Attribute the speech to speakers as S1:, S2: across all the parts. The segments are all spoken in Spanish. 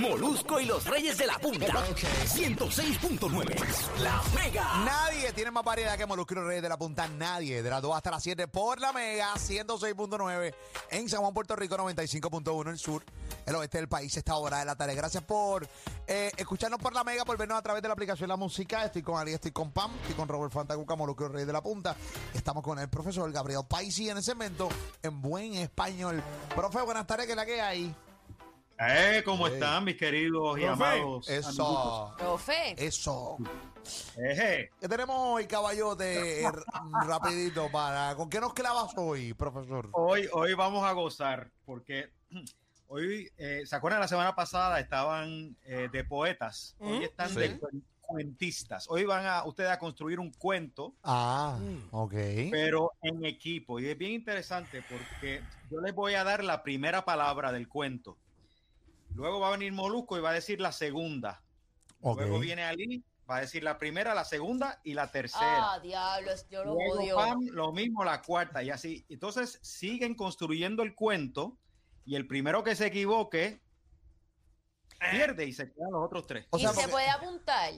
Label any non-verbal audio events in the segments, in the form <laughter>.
S1: Molusco y los Reyes de la Punta. 106.9. La Mega.
S2: Nadie tiene más variedad que Molusco y los Reyes de la Punta. Nadie. De las 2 hasta las 7 por la Mega, 106.9. En San Juan, Puerto Rico, 95.1 en el sur. El oeste del país, esta hora de la tarde. Gracias por eh, escucharnos por la Mega, por vernos a través de la aplicación La Música. Estoy con Ali, estoy con Pam, estoy con Robert Fantacuca, Molusco y los Reyes de la Punta. Estamos con el profesor Gabriel Paisi en el cemento, en buen español. Profe, buenas tardes, que la que hay.
S3: Eh, ¿Cómo
S2: Ey.
S3: están mis queridos y
S4: Profe,
S3: amados? amiguitos?
S2: Eso,
S5: Profe,
S2: eso.
S3: Eje.
S2: ¿Qué tenemos hoy, caballote? R- rapidito, para. ¿Con qué nos clavas hoy, profesor?
S3: Hoy, hoy vamos a gozar porque <clears throat> hoy, eh, ¿se acuerdan? La semana pasada estaban eh, de poetas, hoy están
S2: Sí.
S3: de cuen- cuentistas. Hoy van a ustedes a construir un cuento,
S2: Ah, ok.
S3: pero en equipo. Y es bien interesante porque yo les voy a dar la primera palabra del cuento. Luego va a venir Molusco y va a decir la segunda.
S2: ok.
S3: Luego viene Ali, va a decir la primera, la segunda y la tercera.
S5: ah, diablos, yo lo
S3: Luego,
S5: odio.
S3: pam, lo mismo la cuarta y así. Entonces siguen construyendo el cuento y el primero que se equivoque pierde y se quedan los otros tres.
S2: O sea,
S5: y se
S2: porque-
S5: puede apuntar.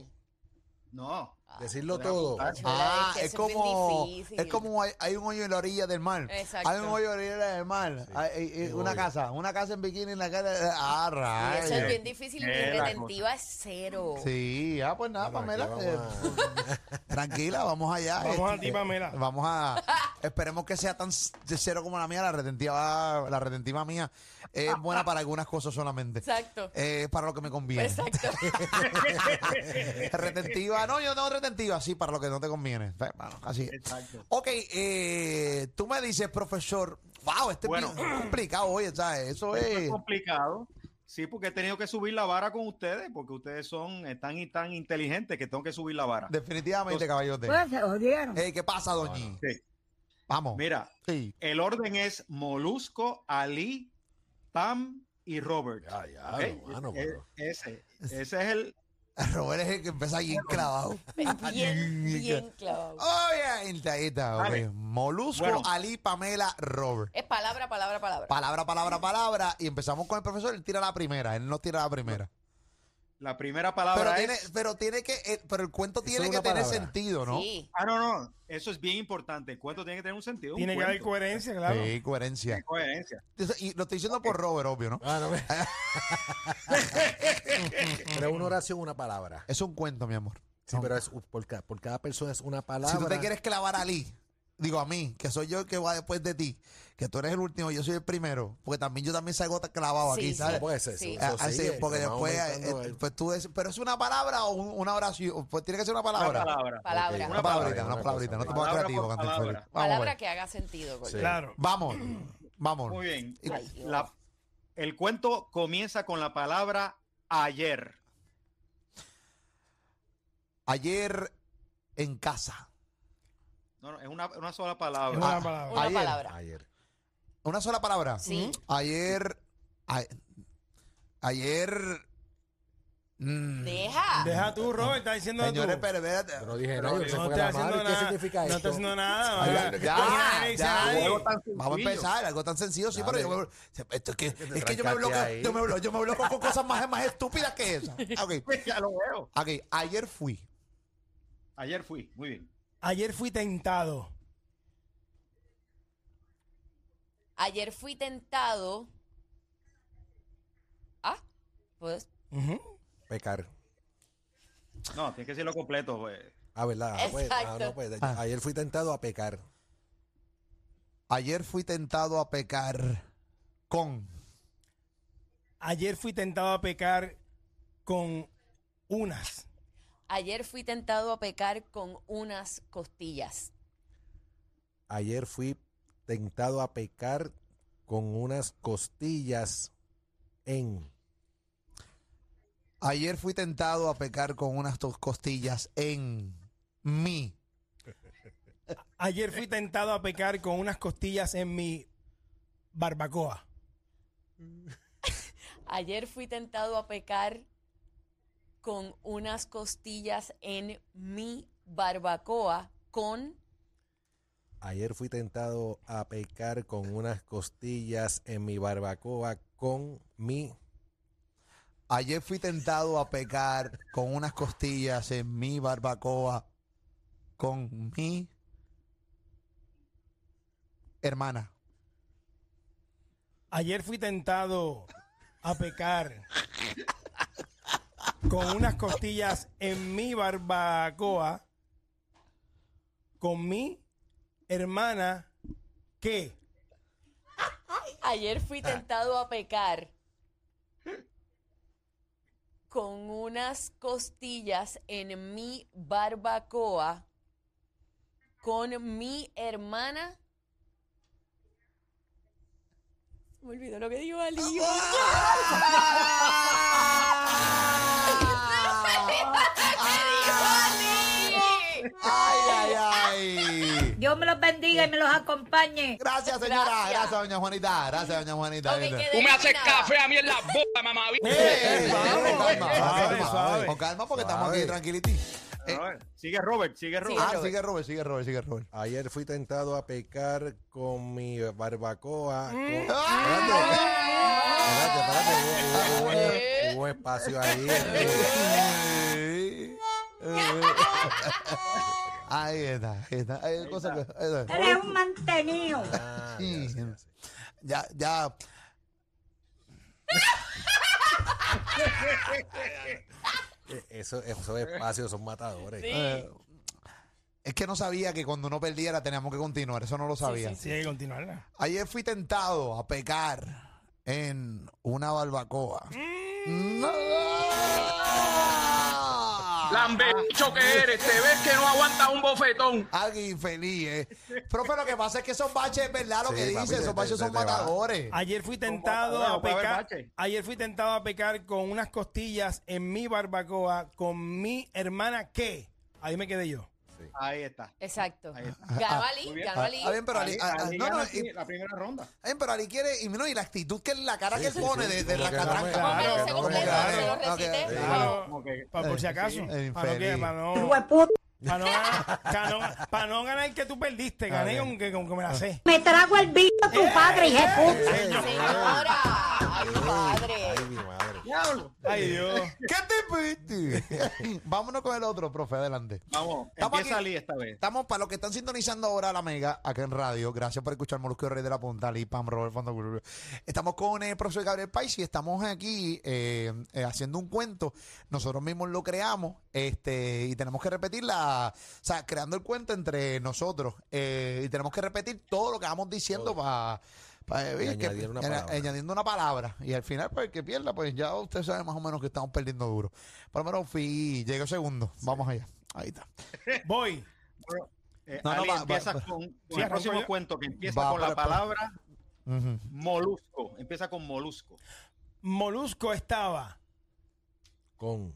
S3: No.
S5: Ah,
S4: Decirlo
S3: Podemos
S4: todo.
S3: votar.
S2: Ah,
S5: Es que
S2: es
S5: eso es bien
S2: como,
S5: difícil.
S2: es como hay, hay un hoyo en la orilla del mar.
S5: Exacto.
S2: Hay un hoyo en la orilla del mar. Hay- hay- hay
S4: Sí,
S2: una
S4: obvio.
S2: casa, una casa en bikini en la cara. Ah,
S5: Y eso es
S2: rayos.
S5: bien difícil y mi
S3: Eh, la
S5: retentiva es cero.
S2: Sí, ah, pues nada,
S4: Bueno,
S2: Pamela.
S4: aquí
S2: eh,
S4: vamos
S2: <laughs> tranquila, vamos allá.
S4: Vamos
S2: este,
S4: a ti, Pamela.
S2: Vamos a. Esperemos que sea tan de cero como la mía. La retentiva, la retentiva mía es buena para algunas cosas solamente.
S5: Exacto.
S2: Eh, para lo que me conviene.
S5: Exacto.
S2: retentiva. No, yo no tengo retentiva, sí, para lo que no te conviene. Fe- bueno, así es.
S3: Exacto.
S2: Ok, eh, tú me dices, profesor, wow, este
S3: Bueno.
S2: es bien complicado, oye, ¿sabes? Eso
S4: Pues.
S3: Esto es
S2: es...
S3: complicado. Sí, porque he tenido que subir la vara con ustedes porque ustedes son eh, tan y tan inteligentes que tengo que subir la vara. Pues,
S2: Definitivamente, caballote. Ey, ¿Qué pasa, doñi?
S3: Sí.
S2: Vamos.
S3: Mira,
S2: Sí.
S3: el orden es Molusco, Ali, Pam y Robert.
S4: Ya, ya,
S3: ¿Ok?
S4: hermano,
S3: E-
S4: mano.
S3: ese, ese es el,
S2: Robert es el que empieza bien clavado.
S5: <laughs> Es bien, bien clavado.
S2: Oye, ahí está, ok.
S3: Vale.
S2: Molusco,
S3: Bueno.
S2: Ali, Pamela, Robert.
S5: Es palabra, palabra, palabra.
S2: Palabra, palabra, palabra. Y empezamos con el profesor, él tira la primera, él no tira la primera.
S3: La primera palabra
S2: Pero
S3: es...
S2: tiene, pero tiene que, eh, pero el cuento
S4: Es
S2: tiene
S4: solo
S2: que
S4: una
S2: tener
S4: palabra.
S2: sentido, ¿no?
S5: Sí.
S3: Ah, no, no. Eso es bien importante. El cuento tiene que tener un sentido. un
S6: Tiene que haber
S3: cuento.
S6: coherencia, claro.
S2: Sí, coherencia.
S3: coherencia.
S2: Entonces, Y lo estoy diciendo por Robert, obvio, ¿no?
S4: Ah, no me- <laughs> pero una oración, una palabra.
S2: Es un cuento, mi amor.
S4: Sí, pero es por cada, por cada persona es una palabra.
S2: Si tú te quieres clavar a Lee, digo a mí, que soy yo el que va después de ti, que tú eres el último, yo soy el primero, porque también yo también salgo clavado
S5: Sí,
S2: aquí,
S5: sí.
S2: ¿sabes?
S4: No puede ser eso,
S5: Sí.
S4: eso
S2: Ah, ah, sí,
S4: sigue,
S2: porque
S4: vamos
S2: después,
S4: aumentando
S2: eh,
S4: el-
S2: pues tú des- pero es una palabra o un- una oración, pues tiene que ser una
S3: Una
S2: palabra.
S3: palabra.
S5: Palabra.
S4: Ok,
S2: Una palabrita, una
S4: cosa,
S2: palabrita, no te
S4: ok.
S2: pongas
S3: Palabra
S2: creativo,
S3: por
S2: Cantín
S3: palabra.
S2: Félix. Vamos,
S5: Palabra que haga sentido. gordo.
S4: Sí.
S6: Claro.
S2: Vamos, vamos.
S3: Muy bien.
S2: Y-
S5: Ay, Dios.
S3: La- el cuento comienza con la palabra ayer.
S2: Ayer en casa,
S3: No, no, es una, una sola
S6: Es
S3: palabra.
S6: una
S2: Ah,
S6: palabra.
S5: Una
S2: ayer.
S5: palabra.
S4: Ayer.
S2: una sola palabra.
S5: Sí.
S2: Ayer, a- ayer, mm,
S5: Deja.
S6: Deja tú, Robert, está diciendo
S2: señores,
S6: tú.
S2: pero espérate.
S4: Yo no dije
S6: No,
S4: nada, yo se fue
S6: estoy
S4: la
S6: haciendo
S4: madre. ¿Qué
S6: nada.
S4: significa
S6: No
S4: esto?
S6: estoy haciendo nada.
S2: Ay,
S6: va.
S2: ya,
S6: No tiene
S2: ya,
S6: dirección
S2: ya,
S6: a nadie.
S3: Algo tan
S2: Vamos a
S3: sencillo.
S2: empezar, algo tan sencillo, sí, pero
S4: Dale.
S2: yo me, esto es que,
S4: te
S2: es que yo me
S4: trancaste
S2: bloqueo,
S4: ahí.
S2: yo me bloqueo, yo me bloqueo con cosas más, más estúpidas que esas. Ok,
S3: <laughs> Ya lo veo.
S2: ok, ayer fui,
S3: Ayer fui. Muy bien.
S6: Ayer fui tentado.
S5: Ayer fui tentado. Ah, pues.
S6: Ujú.
S4: Pecar.
S3: No, tienes que decirlo completo. pues.
S4: Ah, ¿verdad? Ah, pues, ah,
S5: Exacto.
S4: no, pues,
S2: Ah.
S4: Ayer fui tentado a pecar.
S2: ayer fui tentado a pecar con,
S6: Ayer fui tentado a pecar con unas.
S5: Ayer fui tentado a pecar con unas costillas.
S4: Ayer fui tentado a pecar con unas costillas en.
S2: ayer fui tentado a pecar con unas dos costillas en mí,
S6: Ayer fui tentado a pecar con unas costillas en mi barbacoa.
S5: Ayer fui tentado a pecar con unas costillas en mi barbacoa con
S4: Ayer fui tentado a pecar con unas costillas en mi barbacoa con mi.
S2: Ayer fui tentado a pecar con unas costillas en mi barbacoa con mi hermana.
S6: Ayer fui tentado a pecar con unas costillas en mi barbacoa con mi hermana que
S5: Ayer fui
S3: Ah.
S5: tentado a pecar con unas costillas en mi barbacoa con mi hermana. Me olvidó lo que dijo Ali.
S3: Ah, ah.
S2: ¡Ay, ay, ay!
S7: Dios me los bendiga y me los acompañe.
S2: Gracias, señora. Gracias,
S5: Gracias.
S2: doña Juanita. Gracias, doña Juanita.
S5: Ok,
S2: Mira.
S5: que
S8: Tú me haces
S5: adivina.
S8: café a mí en la boca, mamá.
S2: Eh, eh, eh, con calma,
S6: Suave,
S2: con calma,
S6: suave.
S2: Con calma, porque estamos aquí
S4: Suave.
S2: tranquiliti. Eh,
S3: A ver, sigue Robert, sigue Robert.
S2: ah,
S5: Robert.
S2: sigue Robert, sigue Robert, sigue Robert.
S4: Ayer fui tentado a pecar con mi barbacoa.
S5: Mm.
S4: con-
S5: Ah.
S4: Espérate, espérate, hubo- hubo- hubo- hubo espacio ahí.
S2: Eh, eh. Ahí está, ahí está. Hay cosas que- ahí está.
S7: Eres un mantenido.
S4: Ah, ya sé, ya sé.
S2: Ya, ya.
S4: Eh, Eso, esos espacios son matadores.
S2: eh, es que no sabía que cuando uno perdiera teníamos que continuar. Eso no lo sabía.
S6: Sí, hay que continuarla.
S2: Ayer fui tentado a pecar en una barbacoa.
S6: Mm.
S2: ¡No!
S8: Lambecho que eres, te ves que no aguantas un bofetón.
S2: Alguien infeliz, eh. Profe, lo que pasa es que esos baches, es verdad lo
S4: Sí,
S2: que
S4: papi,
S2: dice,
S4: te-
S2: esos
S4: te-
S2: baches
S4: te-
S2: son
S4: te va.
S2: matadores.
S6: Ayer fui tentado
S3: Bueno,
S6: a
S3: puede haber
S6: pecar.
S3: bache.
S6: Ayer fui tentado a pecar con unas costillas en mi barbacoa con mi hermana que ahí me quedé yo.
S3: Ahí está.
S5: Exacto.
S3: Ahí está.
S5: Ganó
S3: Muy
S5: Ali,
S3: bien.
S5: ganó Ali.
S2: Ah, bien, pero Ali,
S3: Ali-
S2: ah, ah,
S3: Ali
S2: no, no,
S3: gana
S2: y-
S3: la primera ronda.
S2: Ay, pero Ali quiere, y, no, y la actitud que la cara que él
S4: sí,
S2: pone
S4: sí,
S2: de,
S4: sí,
S2: de
S4: como que
S2: racatranca.
S4: no me-
S5: Pónmelo,
S4: Claro,
S5: se
S4: no
S5: lo
S4: me-
S5: recite, se lo
S2: claro,
S5: recite.
S2: ok.
S6: Claro,
S3: Como que-
S6: pa- por si acaso.
S2: Eh, sí,
S6: Para no, que-
S2: infeliz.
S6: para no,
S7: Hueputa,
S6: para no- para no- para no ganar el que tú perdiste,
S2: Ah,
S6: gané con que, con que me la sé.
S7: me trago el vino a tu padre, hijeputa.
S5: Señora, ay, padre.
S4: Ay, mi madre.
S2: Ah,
S3: Diablo.
S6: Ay, Dios.
S2: ¿Qué te piste? <laughs> Vámonos con el otro, profe, adelante.
S3: Vamos,
S2: Estamos
S3: empieza
S2: aquí.
S3: Ali esta vez.
S2: Estamos para los que están sintonizando ahora la mega acá en radio. Gracias por escuchar Molusco y Rey de la Punta, Ali, Pam, Robert, Fando, blu, blu. Estamos con el profesor Gabriel Pais y estamos aquí eh, eh, haciendo un cuento. Nosotros mismos lo creamos este y tenemos que repetir la. O sea, creando el cuento entre nosotros. eh, y tenemos que repetir todo lo que vamos diciendo eh, para.
S4: Y añadir una palabra.
S2: añadiendo una palabra y al final pues el que pierda pues ya usted sabe más o menos que estamos perdiendo duro por lo menos fui llegué segundo vamos allá ahí está
S6: Voy.
S3: Eh,
S2: No, no,
S3: Ali,
S2: va- va-
S3: empieza
S2: va.
S3: con, con
S6: Sí,
S3: el próximo
S6: arranco yo.
S3: cuento que empieza
S2: Va
S3: con
S2: por
S3: la
S2: el pro-
S3: palabra
S2: Ujú.
S3: molusco. Empieza con molusco.
S6: Molusco estaba.
S4: Con.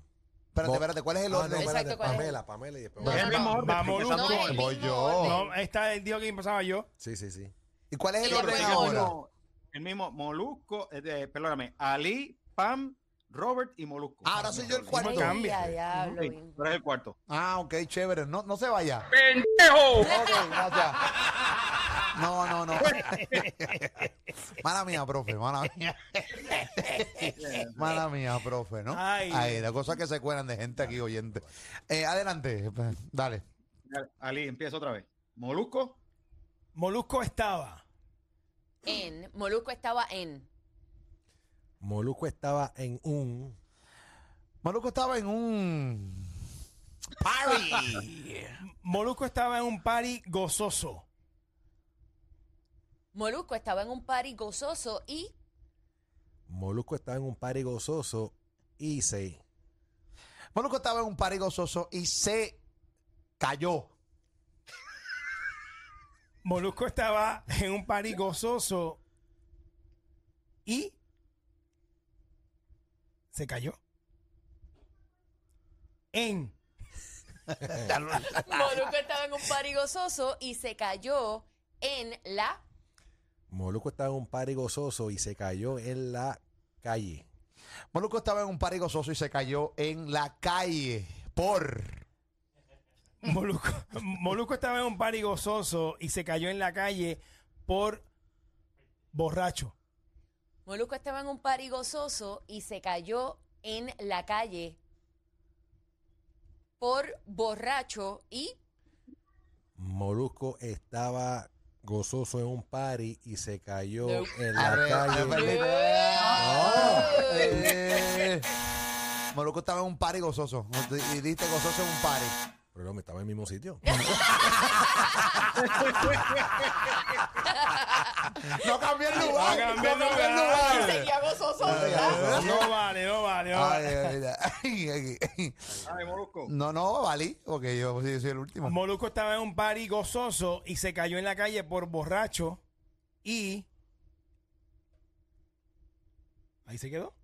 S2: Espérate,
S4: Bo-
S2: espérate, ¿cuál es el
S4: Ah,
S2: orden?
S4: no, espérate,
S5: Exacto, ¿cuál es?
S4: Pamela, Pamela y después.
S5: No,
S3: Es
S5: no,
S3: el mismo
S5: no.
S3: orden,
S6: Va,
S3: empezamos
S5: No es
S3: con-
S5: el
S2: Voy
S5: mismo
S2: yo.
S5: orden.
S6: No, está el día que empezaba yo.
S4: Sí, sí, sí.
S2: ¿Y cuál es el
S5: Sí,
S2: orden
S5: pero
S3: sigue
S5: no,
S3: el
S2: ahora?
S3: mismo- El mismo molusco, eh, de- perdóname, Ali, Pam, Robert y molusco.
S2: Ahora soy yo el
S5: Ay,
S2: cuarto.
S6: cambia.
S5: ya, diablo.
S3: Sí, tú eres el cuarto.
S2: Ah, ok, chévere. No, no se vaya.
S8: ¡Pendejo!
S2: Ok, gracias. No, no, no. <laughs> mala mía, profe, mala mía. Eh. mala mía, profe, ¿no?
S6: Ay.
S2: Ay, las cosas que se cuelan de gente aquí oyente. Eh, adelante, dale.
S3: Dale, Eh, Ali, empieza otra vez. Molusco,
S6: Molusco estaba.
S5: En, Molusco estaba en.
S4: Molusco estaba en un.
S2: Maluco estaba en un party.
S6: Molusco estaba en un party gozoso.
S5: Molusco estaba en un party gozoso y
S4: Molusco estaba en un party gozoso y se.
S2: Maluco estaba en un party gozoso y se cayó.
S6: Molusco estaba en un party gozoso y se cayó. En
S5: Molusco estaba en un party gozoso y se cayó en la.
S4: Molusco estaba en un party gozoso y se cayó en la calle.
S2: Molusco estaba en un party gozoso y se cayó en la calle por...
S6: Molusco, Molusco estaba en un party gozoso y se cayó en la calle por borracho.
S5: Molusco estaba en un party gozoso y se cayó en la calle por borracho y
S4: Molusco estaba gozoso en un party y se cayó
S5: No.
S4: en
S2: A
S4: la
S2: ver, a
S4: calle.
S2: ver,
S5: ¡Ah!
S2: Eh, Molusco estaba en un party gozoso. Y diste gozoso en un party.
S4: Pero me estaba en el
S5: <laughs>
S4: mismo sitio.
S2: No cambié el lugar. No cambié el lugar.
S5: seguía gozoso.
S2: ay,
S6: No vale, no vale, no
S2: Ay,
S6: vale.
S2: ay, ay, ay.
S3: Ay, Molusco.
S2: No, no, Valí, porque yo sí, soy el último.
S6: Molusco estaba en un party gozoso y se cayó en la calle por borracho y... Ahí se quedó.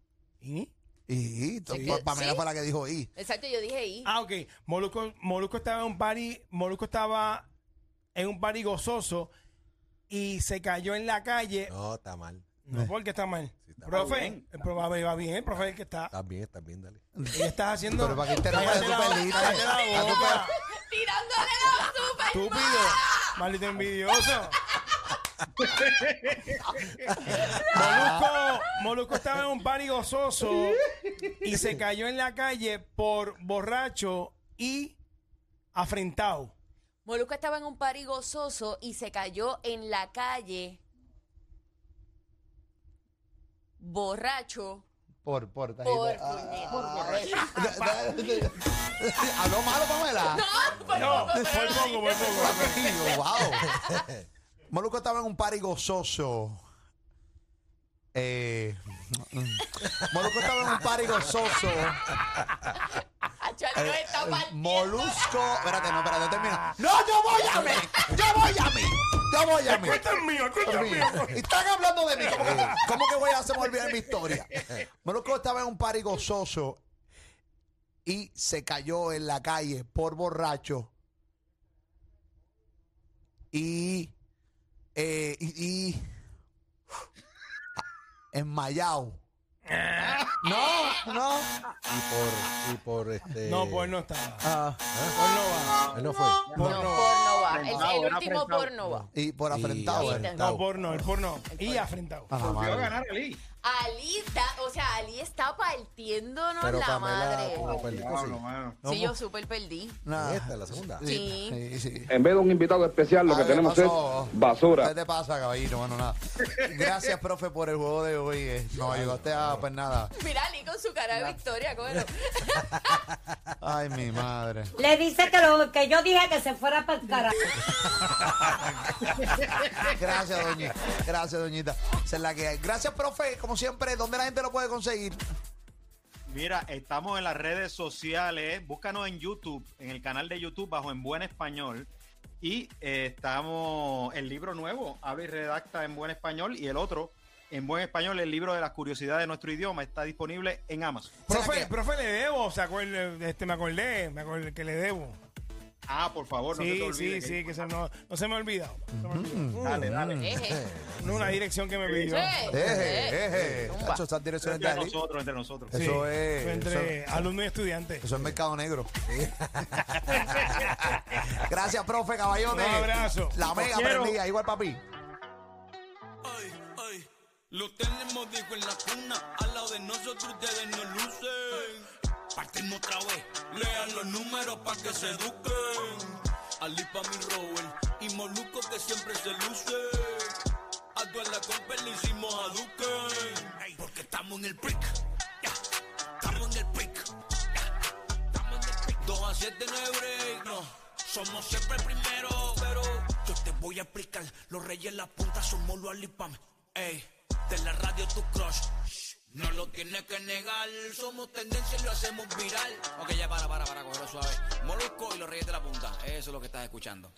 S6: ¿Y?
S2: Y to-
S5: Sí.
S2: pa- Pamela
S5: Sí.
S2: fue la que dijo y.
S5: Exacto, yo dije y.
S6: Ah, ok. Molusco, Molusco estaba en un party... Molusco estaba en un party gozoso y se cayó en la calle.
S4: No, está mal.
S6: No, porque está mal.
S4: Sí, está
S6: profe,
S3: bien.
S6: el profe va bien, el profe es el que está.
S4: Estás bien, estás bien, dale.
S6: Y estás haciendo...
S2: Pero para que este interrumpa
S6: Cállate
S2: tu
S6: la boca, cállate la
S2: pelita.
S6: boca.
S5: Tirándole la super.
S6: Estúpido. Maldito envidioso. Molusco, Molusco estaba en un party gozoso y se cayó en la calle por borracho y afrentado.
S5: Molusco estaba en un party gozoso y se cayó en la calle borracho
S2: Por, por, <laughs> tajito.
S5: por
S2: Ah,
S5: puñeta.
S2: Habló malo, Pamela.
S6: No, fue poco, fue
S2: Ay,
S6: poco.
S2: wow. Molusco estaba en un party gozoso. Eh, Molusco estaba en un party gozoso.
S5: Ah, Charlie, no
S2: eh,
S5: está partiendo.
S2: Molusco. Espérate, no, espérate, termina. No, yo voy a mí. Yo voy a mí. Yo voy a mí.
S6: mío,
S2: Y Están hablando de mí. ¿Cómo que, cómo que voy a hacerme olvidar mi historia? Molusco estaba en un party gozoso y se cayó en la calle por borracho. Y. Eh, y. y <sighs> enmayado. No, no.
S4: Y por, y por este.
S6: No, pues no estaba.
S2: Ah,
S4: Él no fue.
S5: No, porno va.
S3: Afrentado,
S5: El, el
S3: era
S5: último
S3: afrentado.
S5: porno va.
S2: y por afrentado.
S5: Sí,
S2: ¿eh?
S5: también.
S6: No, porno, el porno. Y afrentado.
S2: Ajá,
S3: Volvió a
S2: madre.
S3: ganar Ali.
S5: Ali está, o sea, Ali está partiéndonos
S4: Pero
S5: la
S4: Pamela,
S5: madre.
S4: tú no perdiste, sí.
S3: Diablo, mano.
S5: Sí, yo súper perdí.
S2: Nah.
S4: Esta, Este la segunda.
S5: Sí.
S2: sí, sí.
S9: En vez de un invitado especial, lo
S2: Ah,
S9: que
S2: ¿qué
S9: tenemos
S2: pasó?
S9: es basura.
S2: ¿Qué te pasa, caballito? Bueno, nada. Gracias, profe, por el juego de hoy. eh. Nos ayudaste a, pues nada.
S5: Mira Ali con su cara de victoria, cógelo.
S2: Ay, mi madre.
S7: Le dice que, lo, que yo dije que se fuera para el carajo.
S2: Gracias, doña. Gracias, doñita. Esa es la que hay. Gracias, profe. Como siempre, ¿dónde la gente lo puede conseguir?
S3: Mira, estamos en las redes sociales. Búscanos en YouTube, en el canal de YouTube bajo En Buen Español. Y eh, estamos el libro nuevo, Habla y Redacta en Buen Español. Y el otro, En Buen Español, el libro de las curiosidades de nuestro idioma, está disponible en Amazon.
S6: Profe, profe, le debo, se acuer- este, me acordé, me acordé que le debo.
S3: Ah, por favor, no se
S6: sí,
S3: te
S6: sí,
S3: olvide. que-
S6: sí, que se, no, no se me olvida. No se me olvida.
S3: Dale, dale.
S5: Eje.
S6: No, una dirección que me pidió.
S5: Sí.
S2: Eje, eje.
S5: Zumba.
S2: Tacho, esas direcciones de
S3: Entre
S2: ahí.
S3: nosotros, entre nosotros.
S6: Sí,
S2: Eso es.
S6: fue Entre
S2: Eso,
S6: alumno y estudiante.
S2: eso es mercado negro. <laughs> Gracias, profe, caballote.
S6: Un abrazo.
S2: La mega
S3: quiero.
S2: prendida. Igual, papi.
S10: Ay, ay, lo tenemos dijo en la cuna, al lado de nosotros ustedes no lucen. Partimos otra vez, lean los números para que se eduquen. Alipa mi Robert y Moluco que siempre se luce. A duela con Pel hicimos a Duque. Ey, Porque estamos en el pick, ya, estamos en el pick. 2 a 7 no hay break, no. Somos siempre el primero, pero yo te voy a explicar. Los reyes en la punta somos los alipam. Ey, de la radio tu crush. Shh, No lo tienes que negar, somos tendencia y lo hacemos viral. Ok, ya para, para, para, cogerlo suave. Molusco y los reyes de la punta. Eso es lo que estás escuchando.